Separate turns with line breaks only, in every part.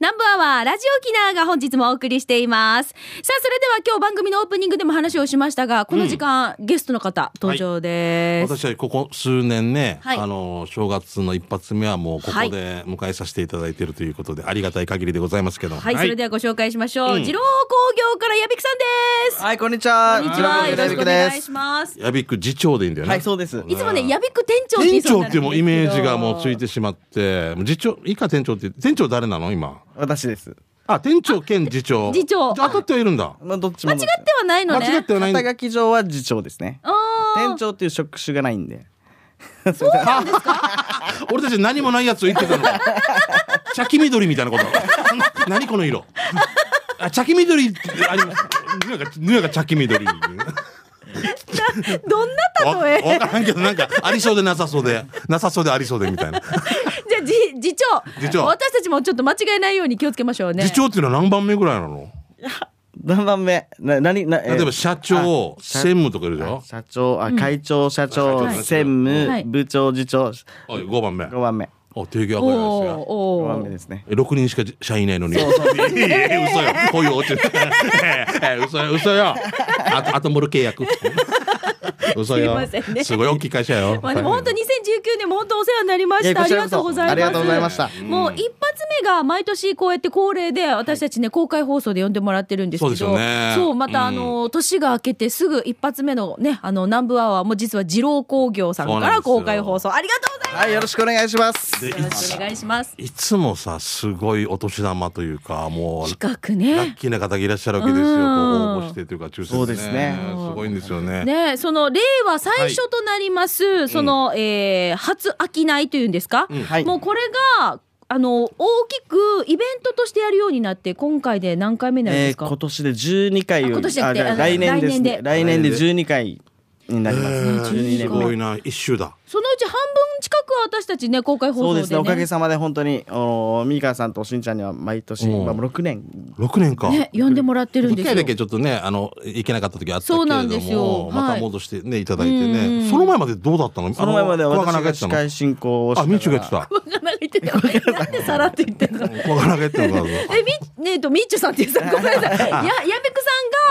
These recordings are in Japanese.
南部アワーラジオキナーが本日もお送りしています。さあ、それでは今日番組のオープニングでも話をしましたが、この時間、ゲストの方登場です。
私はここ数年ね、
はい
あの正月の一発目はもうここ
はい
で迎えさせていただいているということで、ありがたい限りでございますけど、
はい、それではご紹介しましょう。
うん
二郎工業から矢吹さんです。
はい、こんにちは。
こんにちは。よろしくお願いし
ま
ます。
ヤビック次長でいいんだよね。
はい、そうです。
いつもね、矢吹店長って言
店
いそうに
長
な
っ
る
て
ん
も
ですけど
うイメージがもうついてしまって、もう次長、以下店長って、店長誰なの今。
私です。
あ、店長兼次長。
次長
当たってはいるんだ。
まあ、どっちも
間違
ど
っ
ち。
てはないのね。
間違ってはないんだ
肩書き上は次長ですね。
あー
店長っていう職種がないんで。
俺たち何もないやつを言ってたの。茶黄緑みたいなこと。何この色。あ、茶黄緑ってあります。ぬやが、ぬやが茶黄緑。
どんな例え
わわからんけど、なんか、ありそうでなさそうで、なさそうでありそうでみたいな。
じゃあ、じ、次長。
次長
私たちもちょっと間違えないように気をつけましょうね。
次長っていうのは何番目ぐらいなの
何番目な、何、な、えー
例えば社長、
社
専務とかいるじゃん。
社長、あ、会長、社長、
はい
専務、
はい
部長、次長、
はい、5番目。
5番目。
お、定義
お
は
ー
これですよ。
5
お
番目
ー
ですね。
え6人しか社員いないのに。 いやいや、嘘よ。こういうオ チ。え嘘よ、嘘よ。あと、あとモル契 約。嘘よ
すいませんね。
すごい大きい会社よ。
まあでも本当2019年も本当お世話になりまし
い
た。
や
あ
こ
り
ちら
が
こ
とう
そ
ございます。
ありがとうございました
もう一発目が毎年こうやって恒例で私たちね公開放送で呼んでもらってるんですけど、
そうですよね
そうま
う
た
ん
あの年が明けてすぐ一発目のねあの南部アワーも実は二郎工業さん
そう
か
なんです
ら
よ
公開放送ありがとうございま
はい、よろしくお願いします。
でい
す。よろしくお願いします。
いつもさ、すごいお年玉というか、もう、
企画
ラッ
ね。
キーな方がいらっしゃるわけですよ。こう応募してというか、抽選
そうですね
すごいんですよね。
ね、その令和最初となります、その、えー初商いというんですか、
はい。
もうこれがあの大きくイベントとしてやるようになって今回で何回目になるん
え
で
ー
すか、
今年で12回
あ
を、
今年じゃなくて
じ
あ
ゃあ
の
来年です
来年で
ね。来年で12回になります。
す
12年
ご
目
い。な、一周だ。
そのうち半分近くは私たちね公開放
そう
送で、
で
ね、
すね。おかげさまで本当に、あのミカさんとしんちゃんには毎年、
うん
まあ6年
6年か。
ね呼んでもらってるんで
一
す
回
よ
だけちょっとね、あの、行けなかった時あったけ
そう
れ
な
ど
んですよ
も、ま
はい
た戻してね、いただいてね。その前までどうだったの
その前までは
怖がらが
私
や
が
ってた
司
の
会進行をし
あ、みーちゅがやって
ながら
た。
なんか言 ってたなんでさらっと言ってんの
怖がらがやってたのかな。
えみねえっとみーちゅさんっていうさごめんなさいややべく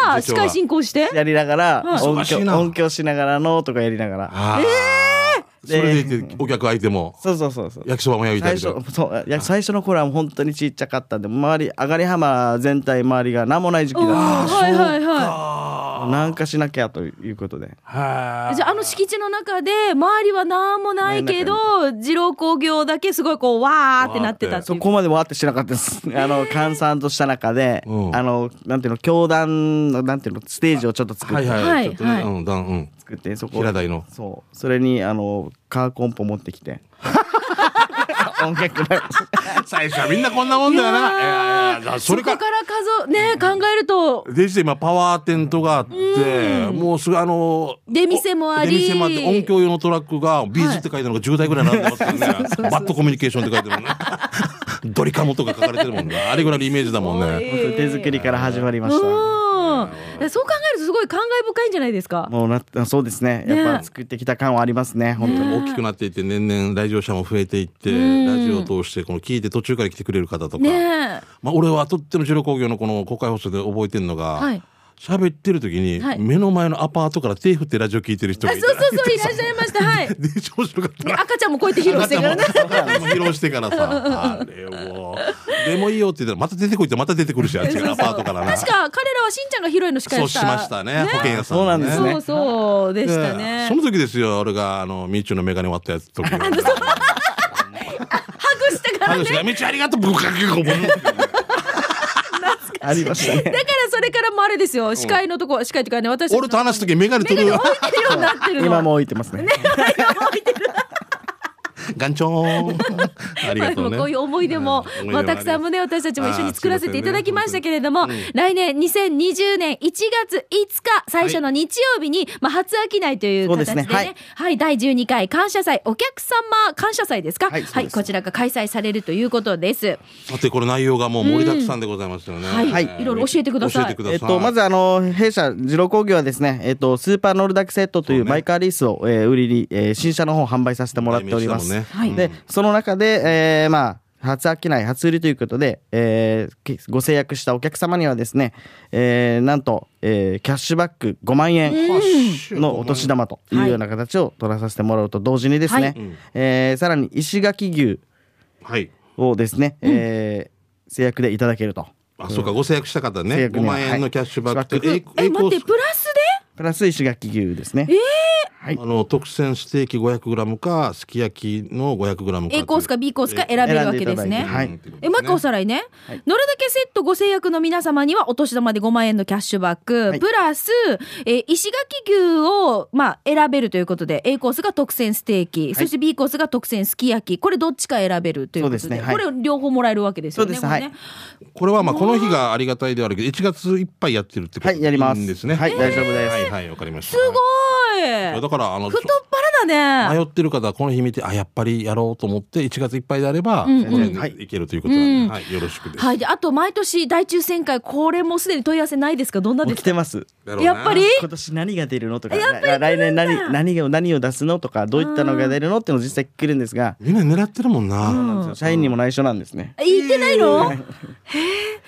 さんが司会進行して
やりながら
忙
音
し
響
いな
音響しながらのとかやりながら
あーそれでいて、お客相手も、
そうそうそうそう
焼きそばも焼いた
最
りとか。
初そういや最初の頃は本当にちっちゃかったんで周り上がり浜全体周りが何もない時期だっ
はいはいは
たなんかしなきゃということで
いじゃああの敷地の中で周りは何もないけど二郎工業だけすごいこうわーってなってたってい
そうこまでわーってしてなかったです あの閑散とした中で
うん
あのなんていうの教団のなんていうのステージをちょっと作
は
っ
い
て
は。
はいい
ちょっとね、
はい
うん、だん、うん。
作ってそこ
平台の。
そうそれにあのカーコンポ持ってきて音楽流して
最初はみんなこんなもんだよな。いやいやいや
そ
そ
こ
れ
か。
から
数ね考えると
でして今パワーテントがあって、もうすぐあの、
出店もあり
出店もあって、音響用のトラックが、ビーズって書いたのが10台ぐらい並んでますよね。バッドコミュニケーションって書いてるもんね。 ドリカモとか書かれてるもんね。あれぐらいのイメージだもんね。
本当に手作りから始まりました。
うん。そう考えるとすごい感慨深いんじゃないですか。
もうなそうですね。
ね
やっぱ作ってきた感はありますね。 本当に。
大きくなっていって、年々来場者も増えていって、ラジオを通して、この聞いて途中から来てくれる方とか。
ねえ。
まあ、俺はとっても白工業のこの公開放送で覚えてるのが、
はい
喋ってる時に、
はい
目の前のアパートから手振ってラジオ聞いてる人
あ
が
そう
い
そ
た
うそういらっしゃいました。はい。
で面白かった
ね
な。
赤ちゃんもこうやって披露してからね。
披露してからさ、あれを。でもいいよって言ったら、また出てこいってまた出てくるし、あっちからアパートからな。
確か彼らはしんちゃんが披露の司会
そう
を
しましたね、保険屋さん、
そうなんですね
そうそうで
で
したね
そ。の時ですよ、俺が、あの、みーちゅのメガネ割ったやつ時が。
ハグしたから
あ
ね。
の人が、みーちゅありがとう、ブカキコブ
ありました
だ
ね。
からそれからもあれですよ。司会のとこ司会というかね私たちの
俺と話す時メガネ取る
目
よ
が。置いてるようになってるの。
今も置いてますね。
ガンチョーン。あり
まあで
がとう
も
ね。
こういう思い出も、
うん
まあ、たくさん
思い出もあり
も
ます
ね私たちも一緒に作らせていただきましたけれども、
あーすいません
来年2020年1月5日最初の日曜日に、まあ、初商いという形でね
そうですね
は
はいい、
第12回感謝祭お客様感謝祭ですか、は
はいいそうです
こちらが開催されるということです。
さてこれ内容がもう盛りだくさんでございますよね。
はい
はい
いろいろ教えてください
教えてください。
えっと、まずあの、弊社、二郎工業はですね、えっと、スーパーノルダクセットとい
そう
う
ね
マイカーリースを、えー売りに、えー新車の方販売させてもらっておりま
代名
す。
詞だもんね
で、その中で、えーまあ、初商い、初売りということで、えーきご制約したお客様にはですね、えーなんと、えーキャッシュバック5万円のお年玉というような形を取らさせてもらうと同時にですね、
はい
えーさらに石垣牛
はい。
をですね、えー制約でいただけると。
あ、そうか、ご制約した方
制
ね。
約
5
には
万円のキャッシュバックと、
はい
栄
え、
栄
待っ
光
て、
す
プラス
プラス石垣牛ですね。
あの、特選ステーキ 500g か、すき焼きの 500g か。
で ?A コースか B コースか選べるわけですね。
選んでいただいてはい
え、もう一回おさらいね。乗るだけセットご制約の皆様にはお年玉で5万円のキャッシュバック、
はい
プラス、えー石垣牛を、まあ、選べるということで、A コースが特選ステーキ、そして B コースが特選すき焼き、これどっちか選べるということで、
そうですねはい
これを両方もらえるわけですよね。
そうです
これね
はい
これはまあこの日がありがたいではあるけど1月いっぱいやってるってこと
はいやります
んですね
はい大丈夫です
はいはいわかりました
すごい
いやだからあの
太っ腹だね。
迷ってる方はこの日見てあやっぱりやろうと思って1月いっぱいであれば
ん
これでいけるということなんではいよろしくです
はい。で、あと、毎年大抽選会、これもすでに問い合わせないですかどんな
も
で
う
す
来
か
てます。
だろうな
やっぱり
今年何が出るのとか、来来年何何を何を出すのとか、どういったのが出るのっていうのを実際来るんですが、
みんな狙ってるもんな
社員にも内緒なんですね。
言ってないのへえ。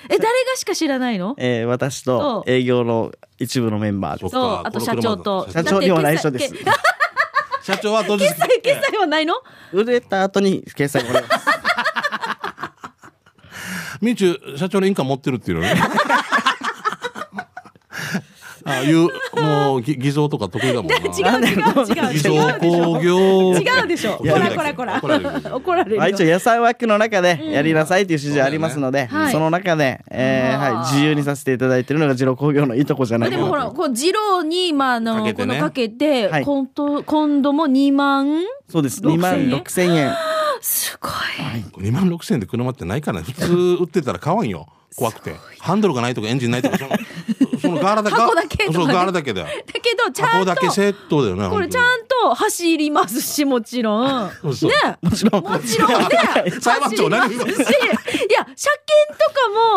え、誰がしか知らないの
えー私と
うん
営業の一部のメンバ
そ
ーで
う
す。
そう
か
あと
この
社長と
車
社
も
長にも内緒です
だっ。
社長は当日
決済、決済はないの
売れた後に決済もらいます。
みーちゅ社長の印鑑持ってるっていう のねああいうもうぎ偽造とか得意だもんな
違う違う違う
偽
違
造
うでしょ
工業
違うでしょこらこらこら
怒られる
怒られる
まあ、一応
よ
野菜枠の中でやりなさいという指示はありますので、
うんはい
その中で、えー
うわー
はい、自由にさせていただいてるのが次郎工業のいいとこじゃない
で
か
もほ
な
らこう二郎にまああ
か
の
け
こ
て
の
ね
かけて
はい
今度今度も2万
そうです
6000
2万
円
6千円
すごい
2万6千円で車ってないから普通売ってたら買わ んよ怖くてハンドルがないとかエンジンないとかそのそのガーラだ
箱だけとかね
そうガーラだけだよ
だけどちゃ
箱
んと
だけセットだよね
これちゃんと走りますしもちろんね
そうそう
もちろんもちろんね
裁判長何
走りますしいや車検とか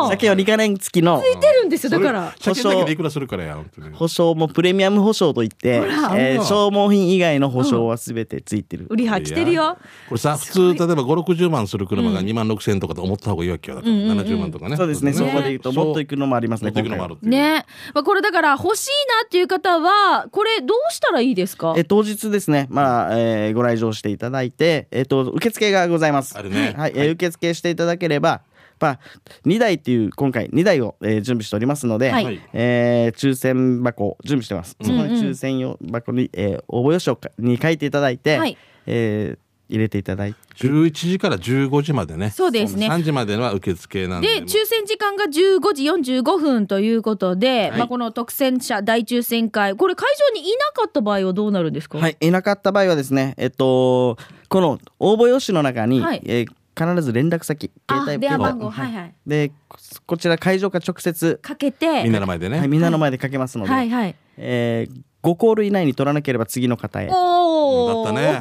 も
鮭を2か年付きの
出るんですよだから
車検だけでいくらするからや本当に
保証もプレミアム保証といって、
ら
えー消耗品以外の保証は全てついてる、
売りは来てる
い
よ
やこれさ普通例えば560万する車が2万6千円とかと思った方がいいわけよだから70万とかね
そうですねそ
ね
こまで言うともっといくのもあります
持
ね
っていくのもあるっていう
ねまあ、これだから欲しいなっていう方はこれどうしたらいいですか
え当日ですね、まあえーご来場していただいて、えっと受付がございます。
あるね
はいえー受付していただければ、まあ、2台っていう今回2台を、えー準備しておりますので、
はい
えー抽選箱準備してます。そこに抽選用箱に、えー応募用紙をかに書いていただいて、
はい
えー入れていただいて。
11時から15時までね
そうですね
3時までは受付なん
で
で
抽選時間が15時45分ということで、まあ、この特選者大抽選会これ会場にいなかった場合はどうなるんですか、
はい、いなかった場合はですね、えっと、この応募用紙の中に、
はい
えー必ず連絡先、
あ
携帯
電話番
う
号
ん
はいはい
で、ここちら会場から直接、
かけて
みんなの前で
はい、
ね
みんなの前でかけますので、
はいはい
えー、5コール以内に取らなければ次の方へ。
おお
だった ね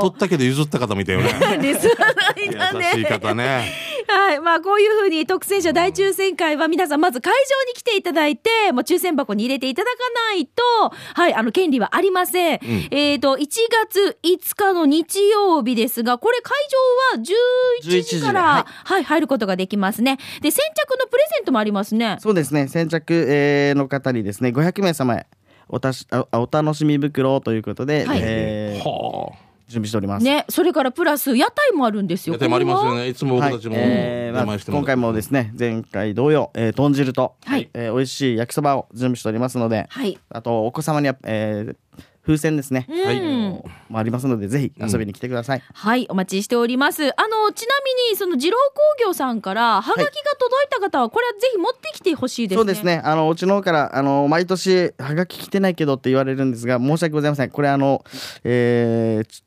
取ったけど譲った方みたいよね
リスナーいたね
優しい方ね
はい。まあ、こういうふうに特選者大抽選会は皆さんまず会場に来ていただいて、もう抽選箱に入れていただかないと、はい、あの、権利はありません。えっ、と、1月5日の日曜日ですが、これ会場は11時から、
11
はい
時、
入ることができますね。で、先着のプレゼントもありますね。
そうですね、先着、えーの方にですね、500名様へ。おたしあお楽しみ袋ということで、
はい
えー
はあ
準備しております。
ね、それからプラス、屋台もあるんですよ。
やってまいりますよ
これは。
ねいつも
は
僕
い
たちも
えーまあ
出前して
今回もですね前回同様、えー、豚汁と、
はい
えー美味しい焼きそばを準備しておりますので、
はい。
あとお子様には、えー風船ですね、
うんはい
もありますのでぜひ遊びに来てください、
はい、お待ちしております。あの、ちなみに、その、二郎工業さんから、はがきが届いた方は、これはぜひ持ってきてほしいですね。
そうですねあのうちの方からあの毎年はがき来てないけどって言われるんですが申し訳ございませんこれあの、えーち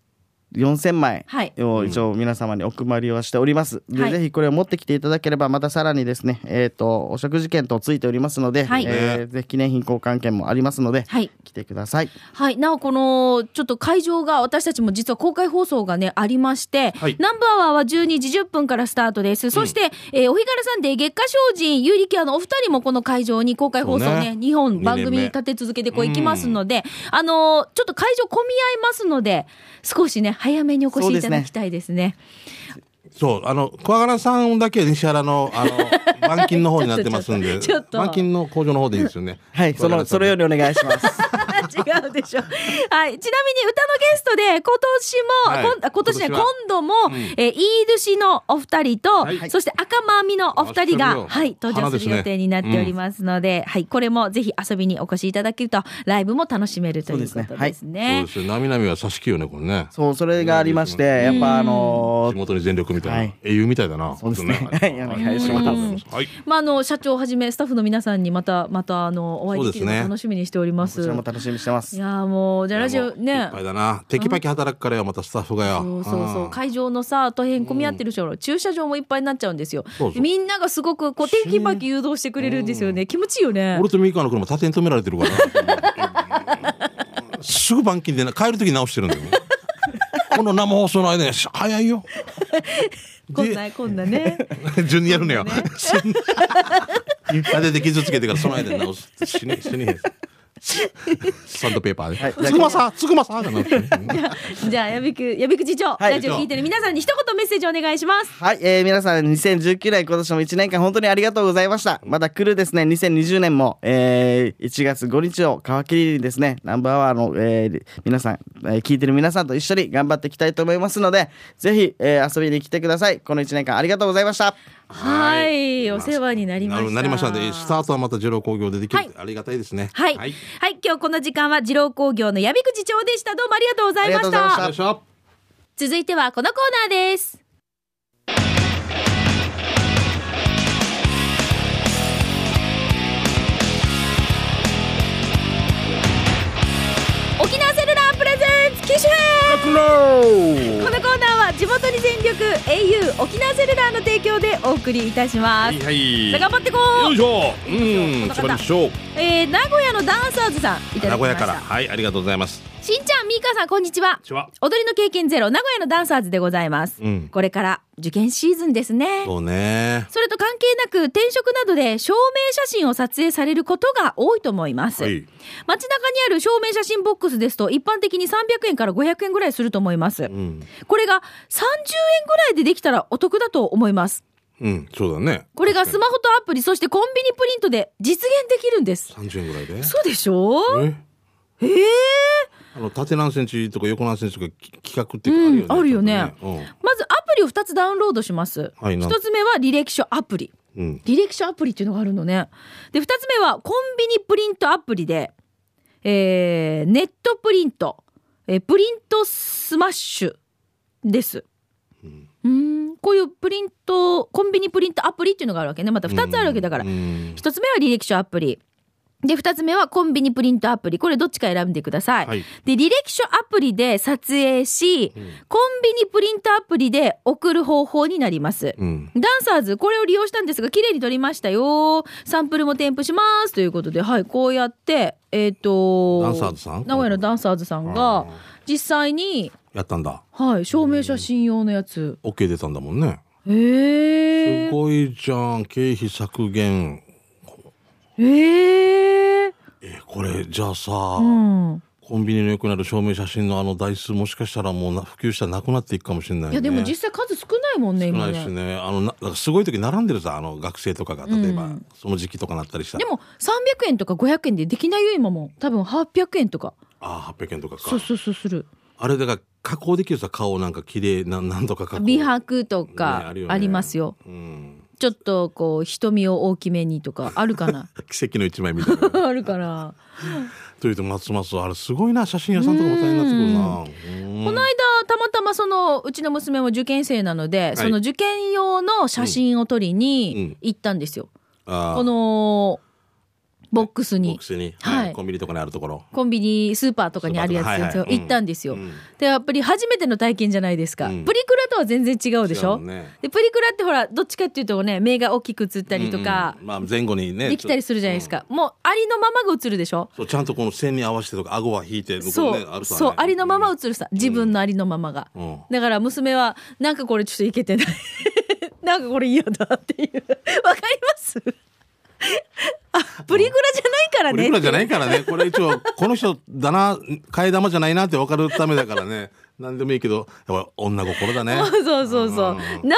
4000枚
はい
を一応皆様にお配りはしております、で
はい
ぜひこれを持ってきていただければまたさらにですね、えー、とお食事券とついておりますので、
はい
えーぜひ記念品交換券もありますので、
はい。
来てください
はい。なお、この、ちょっと会場が、私たちも実は公開放送がね、ありまして、
はい
ナンバーワーは12時10分からスタートです。そして、えーお日柄さんで月下精進、有力アのお二人もこの会場に公開放送
そう
ね、
ね
日本番組
二年目
立て続けてこう行きますので、あのーちょっと会場混み合いますので、少しね、早めにお越しいただきたいですね。
そう、あの、小柄さんだけ西原の、 あの、板金の方になってますんで、
ちょっとちょっと
板金の工場の方でいいですよね。
はい、その、それよ
り。
りお願いします。
違うでしょ。はい。ちなみに歌のゲストで、今年も、
はい
今今年ね、
今年は
今度も、
ん
えー、飯寿司のお二人と、
はい
そして赤間みのお二人
あ知ってる
が、
よ
はい、登場
花ですす
る
ね
予定になっておりますので、はい、これもぜひ遊びにお越しいただけると、ライブも楽しめるということ
そうですねはい
です
そう
ね
で。すね。なみなみは差し切よね、これね。
そう、それがありまして、やっぱあの
地元に全力みたいな、
はい
英雄みたいだな。
そうですね
本当
はいお願い
あ
します
りがとうございますはい。
まあ、あの、社長をはじめ、スタッフの皆さんにまた、また、あの、お会いできるの
そ
を
うですね
楽しみにしておりま
こ
す。
ちらも楽しみにしてます
い。やーもう、じゃあラジオ
い
ね
っぱ。いだな。テキパキ働くからよ、またスタッフがよ。
そうそうそう
あー
会場のさ大変混み合ってるでしょ、駐車場もいっぱいになっちゃうんですよ
そうそう
みんながすごくこう天気ばき誘導してくれるんですよね気持ちいいよね
俺とミカの車、縦に止められてるからな。すぐ板金でな、帰る時直してるんだよ。この生放送の間に、早いよ。
こんなこんなね
順にやるのよ。風で傷つけてからその間に直す。死ね、死ねへん。サンドペーパーで。
はい
つくまさん、つくまさんが直すね。
じゃあやびくやびく次長、
はい
ラジオ聞いてる皆さんに一言メッセージお願いします
はい、えー、皆さん、2019年、今年も1年間本当にありがとうございました。また来るですね、2020年も、えー、1月5日を皮切りにですね、ナンバーワーの、えー、皆さん、えー聞いてる皆さんと一緒に頑張っていきたいと思いますので、ぜひ、えー遊びに来てください。この1年間ありがとうございました。
はい
まあ
お世話になりました
ななりましたんで、スタートはまた二郎工業でできるってありがたいですね。
はい、は
はいい。
今日この時間は二郎工業のやびく次長でしたどうもありがとうございま
あ
し
りがとうございましたた
よいしょ。
続いてはこのコーナーです沖縄セルラープレゼンツ機種編このコーナーは地元に全力 au 沖縄セルラーの提供でお送りいたしま
は
す
い
さ
はい。
あ頑張ってこ、
よいうしょ。うん、素晴らしいでしょう。
えー、名古屋のダンサーズさんいただ
名
きま
古
し
屋か
た
ら。はい、ありがとうございます。
しんちゃんみーかさんこんにちは
ちは。
踊りの経験ゼロ名古屋のダンサーズでございます、
うん
これから受験シーズンですね
そうね。
それと関係なく転職などで証明写真を撮影されることが多いと思います、
はい。
街中にある証明写真ボックスですと一般的に300円から500円ぐらいすると思います、
うん。
これが30円ぐらいでできたらお得だと思います
うん、そうだね。
これがスマホとアプリそしてコンビニプリントで実現できるんです
三十円ぐらいで。
そうでしょ
え
ええ
あの縦何センチとか横何センチとかき企画っていうかあるよね。
うんあるまずアプリを2つダウンロードします、
はいなん
1つ目は履歴書アプリ
うん。うん。
履歴書アプリっていうのがあるのね。で、二つ目はコンビニプリントアプリで、えー、ネットプリント、えープリントスマッシュです。うーん、こういうプリント、コンビニプリントアプリっていうのがあるわけね。また二つあるわけだから
う。ん
一つ目は履歴書アプリ。で、二つ目はコンビニプリントアプリ。これどっちか選んでください。
はい
で、履歴書アプリで撮影し、コンビニプリントアプリで送る方法になります。
うん。
ダンサーズ、これを利用したんですが、綺麗に撮りましたよ。サンプルも添付します。ということで、はい、こうやって、えっ、と、
ダンサーズさん
名古屋のダンサーズさん
あ
が
ー、
実際に、
やったんだ。
はい、証明写真用のやつ。
オッケー出たんだもんね。
へえ。
すごいじゃん。経費削減。
へえ。
えこれじゃあさ、
うん。
コンビニのよくなる証明写真のあの台数もしかしたらもうな普及したらなくなっていくかもしれない、ね。
いや、でも実際数少ないもんね、
少
今
ない
ね
し。ね。あのななんかすごい時並んでるさあの学生とかが例えば、その時期とかなったりしたら
でも、300円とか500円でできないよ、今も。多分800円とか。
ああ800円とかか
そうそうそうする。
あれだから加工できるさ顔なんか綺麗ななんとか加工
美白と
ね
か
あるよ、ね
ありますよ。
うん
ちょっと、こう、瞳を大きめにとか、あるかな。
奇跡の一枚みたいな
あるから。
というとますますあれすごいな写真屋さんとかも大変になってくるなうん
この間たまたまそのうちの娘も受験生なので、
い
その受験用の写真を撮りに行ったんですよ、
あー
このボックス
ボッ
に
クスに、
はい
コンビニとかにあるところ
コンビニスーパーとかにあるやつ
はいはい
そう
うん
行ったんですよ、
うん
でやっぱり初めての体験じゃないですか、
うん
プリクラとは全然違うでし
違う
ょ
もんね
でプリクラってほらどっちかっていうとね目が大きく映ったりとか
うんうんまあ、前後にね
できたりするじゃないですか、もうありのままが映るでしょ
ちょそうちゃんとこの線に合わせてとか顎は引いて向こ
そう
ね
う、
るさね
そう、ありのまま映るさ、自分のありのままが。
うん
だから娘は、なんかこれちょっといけてない。 なんかこれ嫌だっていう。 わかります あ、プリクラじゃないから
プ
ね。
リクラじゃないからねこれ一応この人だな替え玉じゃないなって分かるためだからね何でもいいけど、やっぱ女心だ ね。
そうそうそうそう。
うん
何回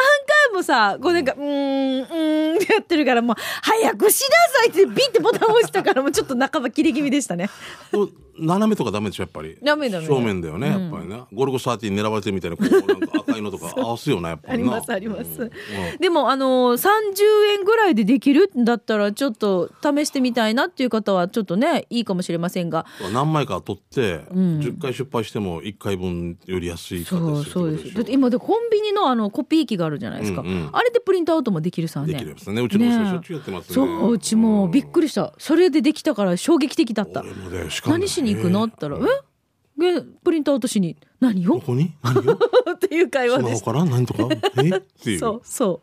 もさ、こうなんか、うーん、うーんってやってるから、もう、早くしなさいってビンってボタン押したから、もうちょっと半ば切れ気味でしたね。
でも斜めとかダメでしょやっぱり
ダメダメ
正面だよね、やっぱりねゴルゴ13狙われてるみたいなこうなんか赤いの とか合わすよなやっぱ
あ
り
り
な
ますあります、
うん
でもあのー30円ぐらいでできるんだったらちょっと試してみたいなっていう方はちょっとねいいかもしれませんが
何枚か取って、10回失敗しても1回分より安い形
そうそう
っ
で
てこと
す
しょ
だって今でコンビニのあのコピー機があるじゃないですか、
うんうん
あれでプリントアウトもできるさね
できるんですねうちの娘
ねえ
しょっちゅうやってますね
そううちも
ん
びっくりしたそれでできたから衝撃的だった
俺もねしかもね
何しに行くのって言ったら
え
「えげプリントアウトしに何
ど
よ?」
こに何を
っていう会
ス
話
マ
で
ホ
し
から何とかえってい
た
う
そうそ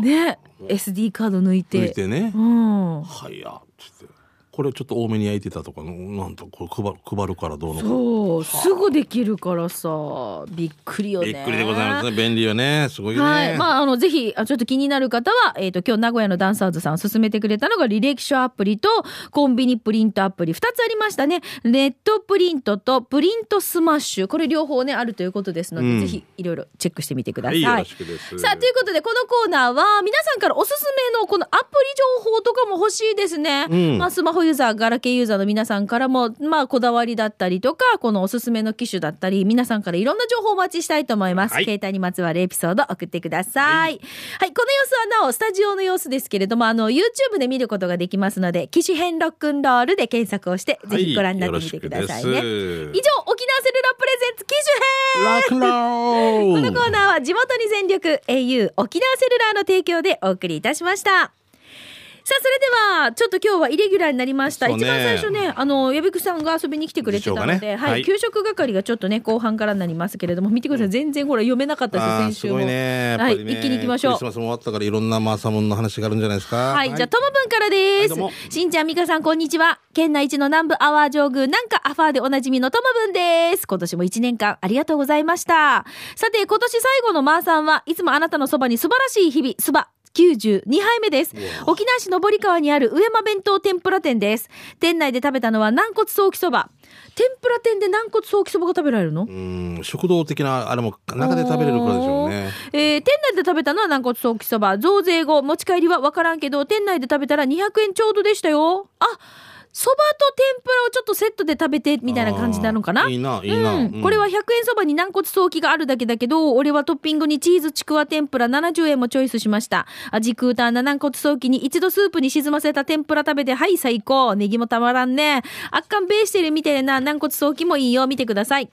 うね SD カード抜いて
抜いてね
うん
はいやっつってこれちょっと多めに焼いてたとかのなんとこれ配る配るからどうのこうの
そうすぐできるからさびっくりよね
びっくりでございますね。便利よね。すごいよね。
はい。まあ、あの、ぜひ、あちょっと気になる方は、えっ、と、今日名古屋のダンサーズさん勧めてくれたのが履歴書アプリとコンビニプリントアプリ2つありましたね。ネットプリントとプリントスマッシュ。これ両方ね、あるということですので、
うん
ぜひいろいろチェックしてみてくだ
は
さ
い、
い。
よろしくです。
さあ、ということで、このコーナーは、皆さんからおすすめのこのアプリ情報とかも欲しいですね。
うん
まあ、スマホユーザー、ガラケーユーザーの皆さんからも、まあ、こだわりだったりとか、このおすすめの機種だったり、皆さんからいろんな情報をお待ちしたいと思います。
はい
携帯にまつわるエピソード送ってください。はい、この様子はなお、スタジオの様子ですけれども、あの、YouTube で見ることができますので、機種編ロックンロールで検索をして、
は
ぜ
い、
ひご覧になってみてくださいね。
よろしく
以
で
上、沖縄セルラープレゼンツ機種編
すラクロ
こ
ー
のコーナーは地元に全力 au 沖縄セルラーの提供でお送りいたしました。さあ、それでは、ちょっと今日はイレギュラーになりました。
そうね
一番最初ね、あの、矢部くさんが遊びに来てくれてたの
部長
で、
がね
はい、
はい
給食係がちょっとね、後半からになりますけれども、見てください。全然ほら、読めなかった
あー
です、
す
先週も。
ごいね。やっぱ
は
り
い、
ね
一気に行きましょう
クリス。マスも終わったからいろんなマーサモンの話があるんじゃないですか。
はい、じゃあ、ともぶんからです
はいどうも。
しんちゃん、みかさん、こんにちは。県内一の南部アワー上宮、なんかアファーでおなじみのともぶんです。今年も1年間ありがとうございました。さて、今年最後のまーさんはいつもあなたのそばに素晴らしい日々、すば。92杯目です沖縄市登川にある上間弁当天ぷら店です店内で食べたのは軟骨ソーキそば天ぷら店で軟骨ソーキそばが食べられるの
うん、食堂的なあれも中で食べれるからでしょうね。
えー店内で食べたのは軟骨ソーキそば増税後持ち帰りは分からんけど店内で食べたら200円ちょうどでしたよあそばと天ぷらをちょっとセットで食べてみたいな感じなのか
あ
な
ーいいな、いいな。
うん、これは100円そばに軟骨ソーキがあるだけだけど俺はトッピングにチーズちくわ天ぷら70円もチョイスしました味クーターな軟骨ソーキに一度スープに沈ませた天ぷら食べてはい最高ネギもたまらんね圧巻ベーしてるみたいな軟骨ソーキもいいよ見てください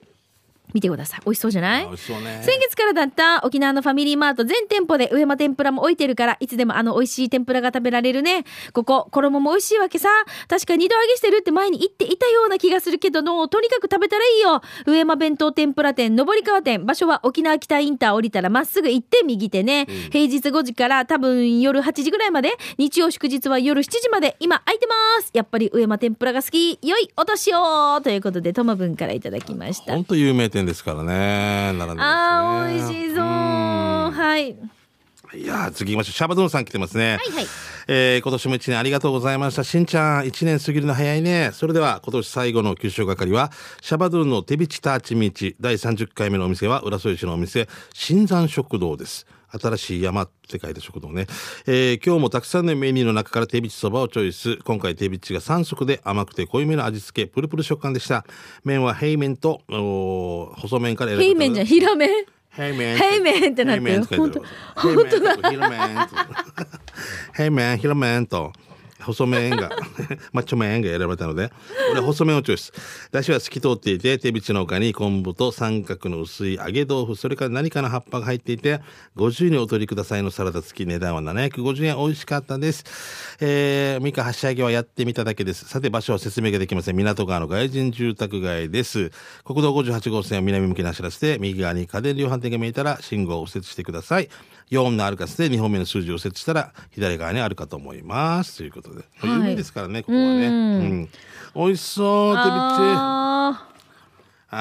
見てください美味しそうじゃな
あ
い
ー美味しそうね。
先月からだった沖縄のファミリーマート全店舗で上間天ぷらも置いてるからいつでもあの美味しい天ぷらが食べられるねここ衣も美味しいわけさ確か二度揚げしてるって前に言っていたような気がするけどのとにかく食べたらいいよ上間弁当天ぷら店上川店場所は沖縄北インター降りたらまっすぐ行って右手ね、平日5時から多分夜8時ぐらいまで日曜祝日は夜7時まで今空いてますやっぱり上間天ぷらが好き良いお年をということでともぶんからいただきました
本当有名店ですからね。並んでますね。
あー美味しそうはい
いやー、次行きましょう。シャバドゥンさん来てますね。
はいはい
えー今年も一年ありがとうございました。しんちゃん、一年過ぎるの早いね。それでは、今年最後の給食係は、シャバドゥンの手びちターチミーチ、第30回目のお店は、浦添市のお店、新山食堂です。新しい山って書いた食堂ね。えー今日もたくさんのメニューの中から手びちそばをチョイス。今回手びちが3色で甘くて濃いめの味付け、プルプル食感でした。麺は平麺と、おー細麺から選ぶことが
平面じゃん、平 面。
Hey man.
Hey man ってなってる
Hey man って書いてある。本当だ。Hey man, Hero man と。細麺が、 マッチョ麺が選ばれたので、俺は細麺をチョイス。だしは透き通っていて、手びちの他に昆布と三角の薄い揚げ豆腐、それから何かの葉っぱが入っていて、50円お取りくださいのサラダ付き値段は750円。美味しかったです。えー、ミカはしゃぎはやってみただけです。さて、場所は説明ができません。港川の外人住宅街です。国道58号線を南向きに走らせて、右側に家電量販店が見えたら、信号を右折してください。4のアルカスで2本目の数字を右折したら、左側にあるかと思います。ということで。
い
有名ですからね、ここはね。うん。美味しそう、手びっち。
あ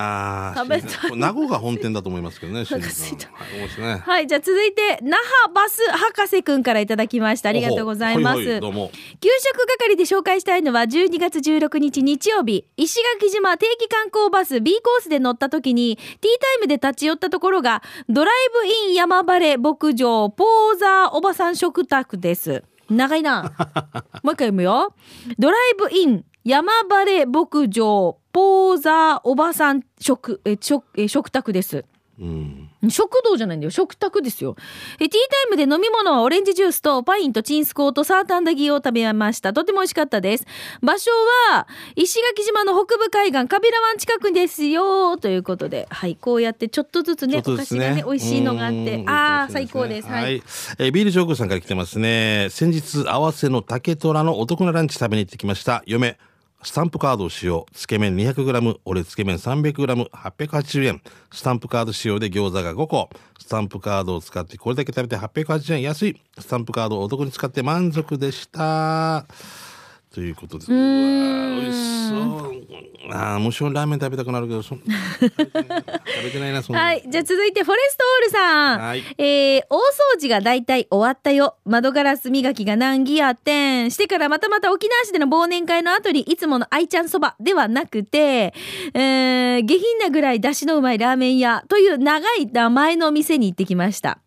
ああ、
食べたい
名護が本店だと思いますけど ね、新
か
宿
すいた
の。はい面白いね。
はい、じゃあ続いて、那覇バス博士くんからいただきました。ありがとうございます。
ほほははどうも。
給食係で紹介したいのは12月16日日曜日石垣島定期観光バス B コースで乗った時にティータイムで立ち寄ったところがドライブイン山晴れ牧場ポーザーおばさん食卓です長い なもう一回読むよドライブイン山晴れ牧場ポーザーおばさん食え食え食卓です
うん。
食堂じゃないんだよ食卓ですよえティータイムで飲み物はオレンジジュースとパインとチンスコーとサーターアンダギーを食べましたとても美味しかったです場所は石垣島の北部海岸カビラ湾近くですよということではいこうやってちょっとずつ
ち
ね
ょっと
お
で
菓
す
子がね美味しいのがあっ
う
て
ん
ああ
美味
最
しいね
高ですはい、
はい。えービール上空さんから来てますね。先日、合わせの竹虎のお得なランチ食べに行ってきました。嫁、スタンプカードを使用。つけ麺 200g、俺つけ麺 300g、880円。スタンプカード使用で餃子が5個。スタンプカードを使ってこれだけ食べて880円安い。スタンプカードをお得に使って満足でした。ということです。うわー美味しそう。ああ、もちろんラーメン食べたくなるけど、そん食べてないな、そんな。
はい。じゃあ続いて、フォレストオールさん。
はい
えー、大掃除が大体終わったよ。窓ガラス磨きが難儀やってん。してからまたまた沖縄市での忘年会の後に、いつもの愛ちゃんそばではなくて、えー、下品なぐらい出汁のうまいラーメン屋という長い名前のお店に行ってきました。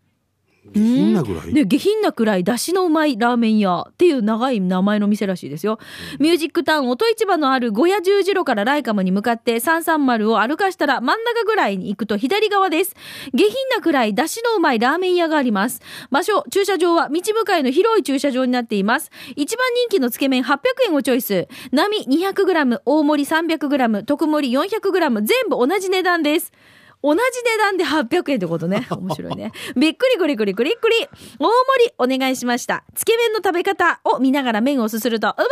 下品なぐらい。
で下品なくらい出汁のうまいラーメン屋っていう長い名前の店らしいですよ、ミュージックタウン音市場のある五谷十字路からライカムに向かって330を歩かしたら真ん中ぐらいに行くと左側です下品なくらい出汁のうまいラーメン屋があります場所駐車場は道向かいの広い駐車場になっています一番人気のつけ麺800円をチョイス並 200g 大盛り 300g 特盛り 400g 全部同じ値段です同じ値段で800円ってことね。面白いね。びっくりくりくりくりくり。大盛りお願いしました。つけ麺の食べ方を見ながら麺をすすると、うま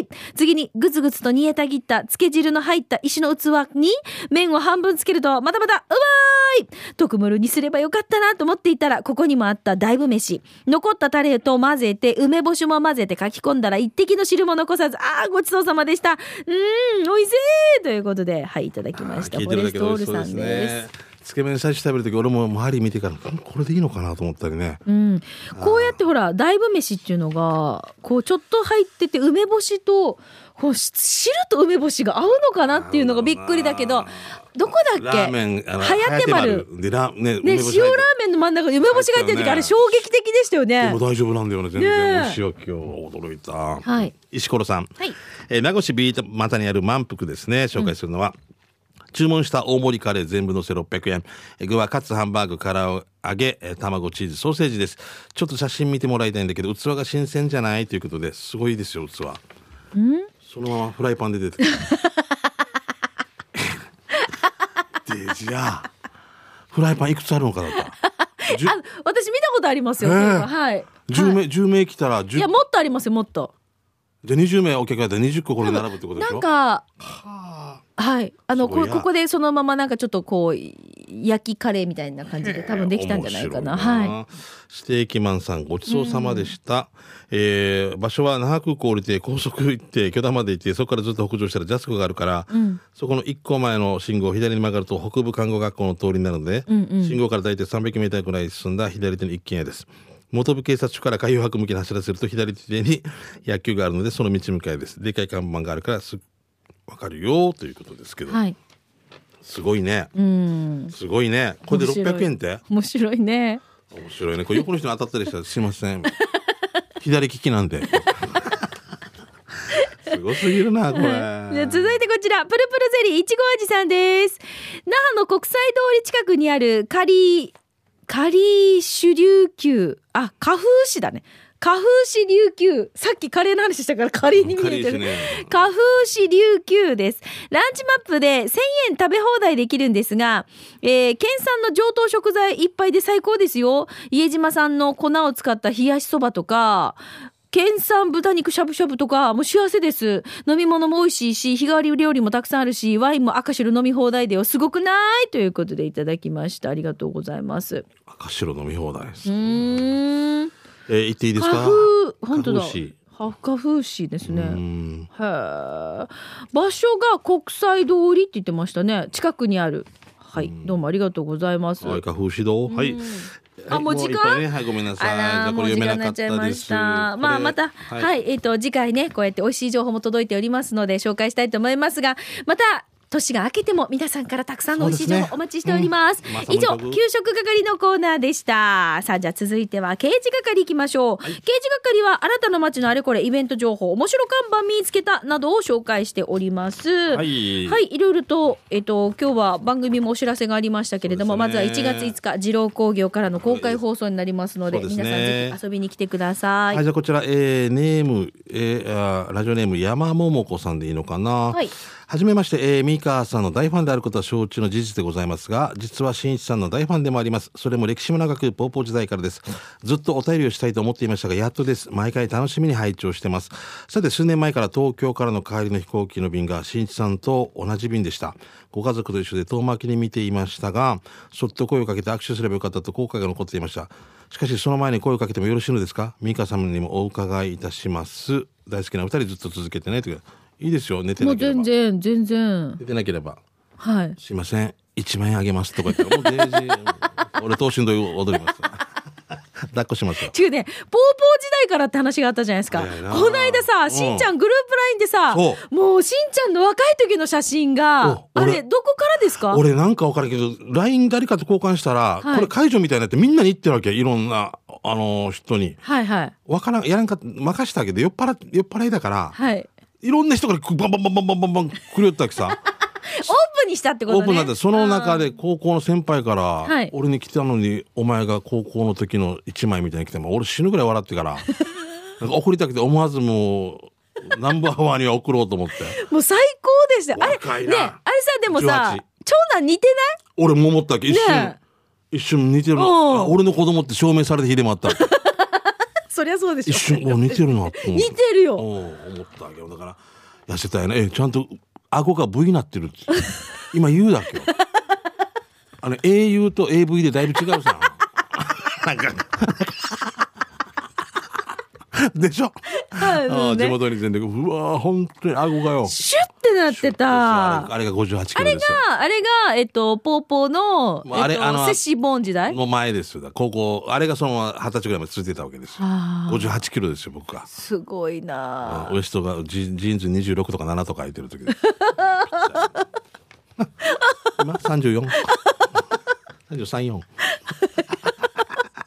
ーい次に、ぐつぐつと煮えたぎった、つけ汁の入った石の器に、麺を半分つけると、またまた、うまーい特盛にすればよかったなと思っていたら、ここにもあった大ぶ飯。残ったタレと混ぜて、梅干しも混ぜて書き込んだら、一滴の汁も残さず、あー、ごちそうさまでした。うーん、おいしいということで、はい、いただきました。
あー聞い
フォ
てる
レ
だ
ス
け
ト
で
オール
美味しそう
さ
です
んです
ね。。つけ麺最初食べるとき俺も周り見てからんこれでいいのかなと思ったりね。
うん、こうやってほら大ぶ飯っていうのがこうちょっと入ってて梅干しとこうし汁と梅干しが合うのかなっていうのがびっくりだけどどこだっけ
ラーメン、あの
はやてまる。
で、ラーね、
ね
梅干し
塩ラ
入っ
ーメ
て
ンの真ん中に梅干しが入ってる時、
入
あ
ってるよね
れ衝撃的でしたよ
で
ね
も。大丈夫なんだよね、全然。
ねえ
お塩気を驚いた。
はい
石ころさん。
はい
えー名護市ビート股にある満腹ですね紹介するのは、注文した大盛りカレー全部のせ600円えー具はカツハンバーグから揚げえー卵チーズソーセージですちょっと写真見てもらいたいんだけど器が新鮮じゃないということですごいですよ器そのままフライパンで出て くるデジャーフライパンいくつあるのか だったじゅ
あ私見たことありますよ。
へえ
はい。
10
はい
名10名来たら
いや
10
もっとありますよもっと。
で20名お客がいたら20個これ並ぶってことでし
な
ょ
んかはいあの
すご
こ
いな
ここでそのままなんかちょっとこう焼きカレーみたいな感じで多分できたんじゃないかな。
面白
はい。
ステーキマンさんごちそうさまでした、えー場所は那覇空港降りて高速行って巨段まで行ってそこからずっと北上したらジャスコがあるから、そこの1個前の信号を左に曲がると北部看護学校の通りになるので、信号から大体 300m ぐらい進んだ左手の一軒家です元部警察署から海洋博向きに走らせると左手に野球があるのでその道向かいですでかい看板があるからすわかるよということですけど、
はい。
すごいね
うん。
すごいねこれで
面白い
600円って
面白いね。
面白いね。これ横の人に当たったりしたらすいません。左利きなん で。すごすぎるな、これ。
じゃあ続いてこちら、プルプルゼリーいちご味さんです。那覇の国際通り近くにあるカリー、カリー主琉球、あ、花風市だね。花風市琉球。さっきカレーの話したからカレーに見えてる。
カリーですね
花風市琉球です。ランチマップで1000円食べ放題できるんですが、えー県産の上等食材いっぱいで最高ですよ。家島産の粉を使った冷やしそばとか、県産豚肉しゃぶしゃぶとか、もう幸せです。飲み物も美味しいし、日替わり料理もたくさんあるし、ワインも赤白飲み放題だよ。すごくないということでいただきました。ありがとうございます。
赤白飲み放題です。
うーん。
えー、行っていいですか
花風本当だ
花風市
ハフカフーシーですね。
うん
へえ。場所が国際通りって言ってましたね。近くにある。はい、どうもありがとうございます。
はい、花粉指導。はい。
あもう時間
いっぱいね、はい、ごめんなさい。
あらー、もう時間になっちゃいました。まあ、また、はい、えっ、と、次回ね、こうやって美味しい情報も届いておりますので、紹介したいと思いますが、また、年が明けても皆さんからたくさんの美味しい情
そうで
報
すね
お待ちしております。
うんまさ
以
に
上、
食
給食係のコーナーでした。さあ、じゃあ続いては刑事係いきましょう。刑事係は、あなたの街のあれこれ、イベント情報、面白看板見つけた、などを紹介しております。は
はい
はい、いろいろと、えっ、と、今日は番組もお知らせがありましたけれども、
そ
ま
う
ず
です
は
ね
1月5日、二郎工業からの公開放送になりますので、
そうです
皆
ね
さんぜひ遊びに来てください。
はい、じゃあこちら、えー、ネーム、えー、あーラジオネーム山桃子さんでいいのかな。
はい
じめまして、えー、ミカさんの大ファンであることは承知の事実でございますが、実は新一さんの大ファンでもあります。それも歴史も長く、ポーポー時代からです。ずっとお便りをしたいと思っていましたが、やっとです。毎回楽しみに拝聴してます。さて、数年前から東京からの帰りの飛行機の便が新一さんと同じ便でした。ご家族と一緒で遠巻きに見ていましたが、そっと声をかけて握手すればよかったと後悔が残っていました。しかし、その前に声をかけてもよろしいのですかミカ様にもお伺いいたします。大好きなお二人ずっと続けてね。といういいですよ、寝て
も
な
う
ければ。
全然、全然。
出てなければ
はい。
「すいません1万円あげます」とか言ったらもう全然 俺等身で踊ります 抱っこ しますよ
違うね、ポーポー時代からって話があったじゃないですか。こ
早いな
の間さ、
うん
しんちゃんグループラインでさ
そ、
もうしんちゃんの若い時の写真が、
お
あ
俺
れ、どこからですか
俺なんか分からんけど LINE 誰かと交換したら、
はい
これ解除みたいになってみんなに言ってるわけいろんなあのー人に
はいはい。
分からんやらんか任したけど酔っ払酔っ払いだから、
はい。
い、ろんな人からバンバンバンバンバンバンバン来るよったわけさ
オープンにしたってこと
オ
ね。
ープンなんでその中で高校の先輩から、
はい
俺に来たのにお前が高校の時の1枚みたいに来ても俺死ぬぐらい笑ってから なんか送りたくて思わずもうナンバーワンには送ろうと思って
もう最高でした。あれ、ね、あ
若い
れ
な
さ、でもさ
18、
長男似てない
俺も思ったわけ一瞬、
ね
一瞬似てる
う
な
ん
あ俺の子供って証明されてひでもあった
そりゃそうでしょ。
一瞬お似てるなって思っ
似てるよ。
おう思ったわけよだから痩せたいなえちゃんと顎が V になってるって今言うだっけよあの au と AV でだいぶ違うさなんかでしょ、
はい
ああ
ね
地元に全力うわー本当に顎がよ
シュッてなってた。
あ
あ
れあれが58キロですよ
れが、えっと、ポーポーの、
もうあれ
えっと
あの
セシボン時代。
の前ですよだから高校あれがそのまま二十歳ぐらいまで続いてたわけですよ
あー
58キロですよ僕が
すごいな
ウエストがジジーンズ26とか7とか空いてる時です今34 334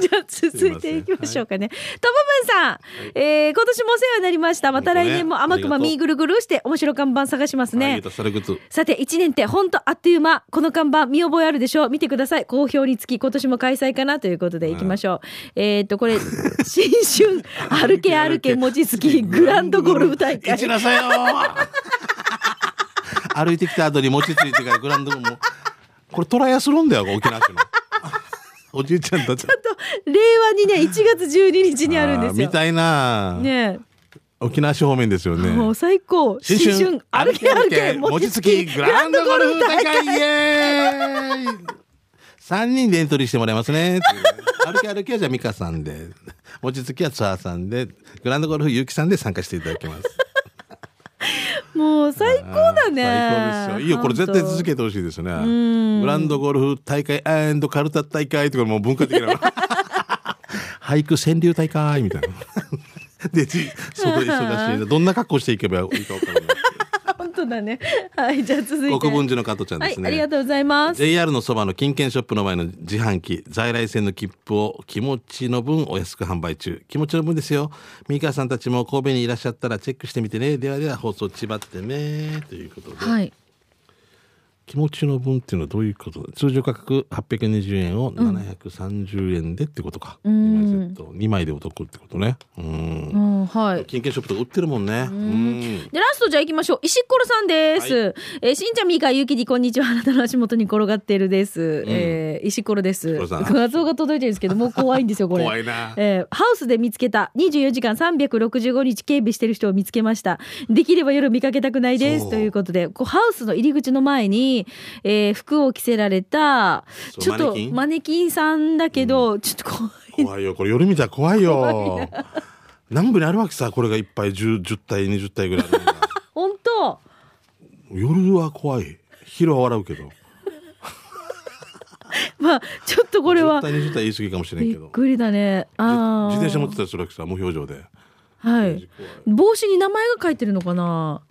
じゃあ続いていきましょうかね。トムブンさん、えー今年もお世話になりました。また来年も天熊
ありがとう
みーぐるぐるして面白看板探しますね。
はいそれグッズ
さて、1年ってほんとあっという間。この看板見覚えあるでしょう見てください。好評につき、今年も開催かなということでいきましょう。えーっと、これ、 新春、歩け歩け、餅つ き、グランドゴルフ大
行き
会。
なさいよ歩いてきた後に餅ついてからグラウンドもこれトライアスロンだよ沖縄 市のおじいちゃんたち
令和にね、1月12日にあるんです
み
よ。
たいな、
ね
沖縄市方面ですよ
え
ね
もう最高。新春、歩け歩け、餅つき、グランドゴルフ大会。
イエーイ3人でエントリーしてもらいま すねっていうね歩き歩きはじゃあ美香さんで餅つきはツアーさんでグランドゴルフ結城さんで参加していただきます
もう最高だね。
最高ですよいいよこれ絶対続けてほしいですねグランドゴルフ大会カルタ大会とかもう文化的な 俳句川柳大会みたいなでじ外で忙しいなどんな格好していけばいいか分からない
本当だね。はい、じゃあ 続いて。
国分寺の加藤ちゃんですね、
はい、ありがとうございます。
JR のそばの金券ショップの前の自販機在来線の切符を気持ちの分お安く販売中気持ちの分ですよ三川さんたちも神戸にいらっしゃったらチェックしてみてねではでは放送ちばってねということで、
はい。
気持ちの分っていうのはどういうことだ通常価格820円を730円でってことか、二枚セット2枚でお得ってことねう
う
ん
ん、はい。
金券ショップとか売ってるもんねうん
で、ラストじゃあ行きましょう。石ころさんです。
は
えーしんちゃん、みーか、ゆうきり、こんにちは。あなたの足元に転がってるです。えー石ころです。
石ころさん
画像が届いてるんですけど、もう怖いんですよ、これ。
怖いな
えーハウスで見つけた24時間365日警備してる人を見つけました。できれば夜見かけたくないです。
そう
ということで、こうハウスの入り口の前に、えー服を着せられた、
そう
ちょっと
マネキン
マネキンさんだけど、ちょっと怖い。
怖いよこれ夜見たら怖いよ南部にあるわけさこれがいっぱい 10, 10体20体ぐらいあるのが
本当
夜は怖い昼は笑うけど
まあちょっとこれ
10
は
体20体言い過ぎかもしれん
び
け
っ
ど
くりだねあー
自転車持ってたりするわけさ無表情で
はい帽子に名前が書いてるのかな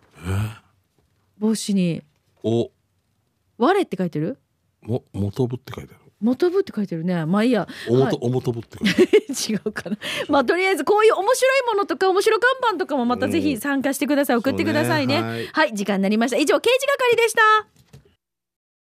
帽子に
お
「我」って書いてる
も元部って書いてあ
「
る
元部」って書いてるねまあいいや
おも
はい
と、おもとぶって書いてある
違うかな。まあとりあえずこういう面白いものとか面白看板とかもまたぜひ参加してください、送ってくださいね
そうねはい
はい時間になりました以上刑事係でした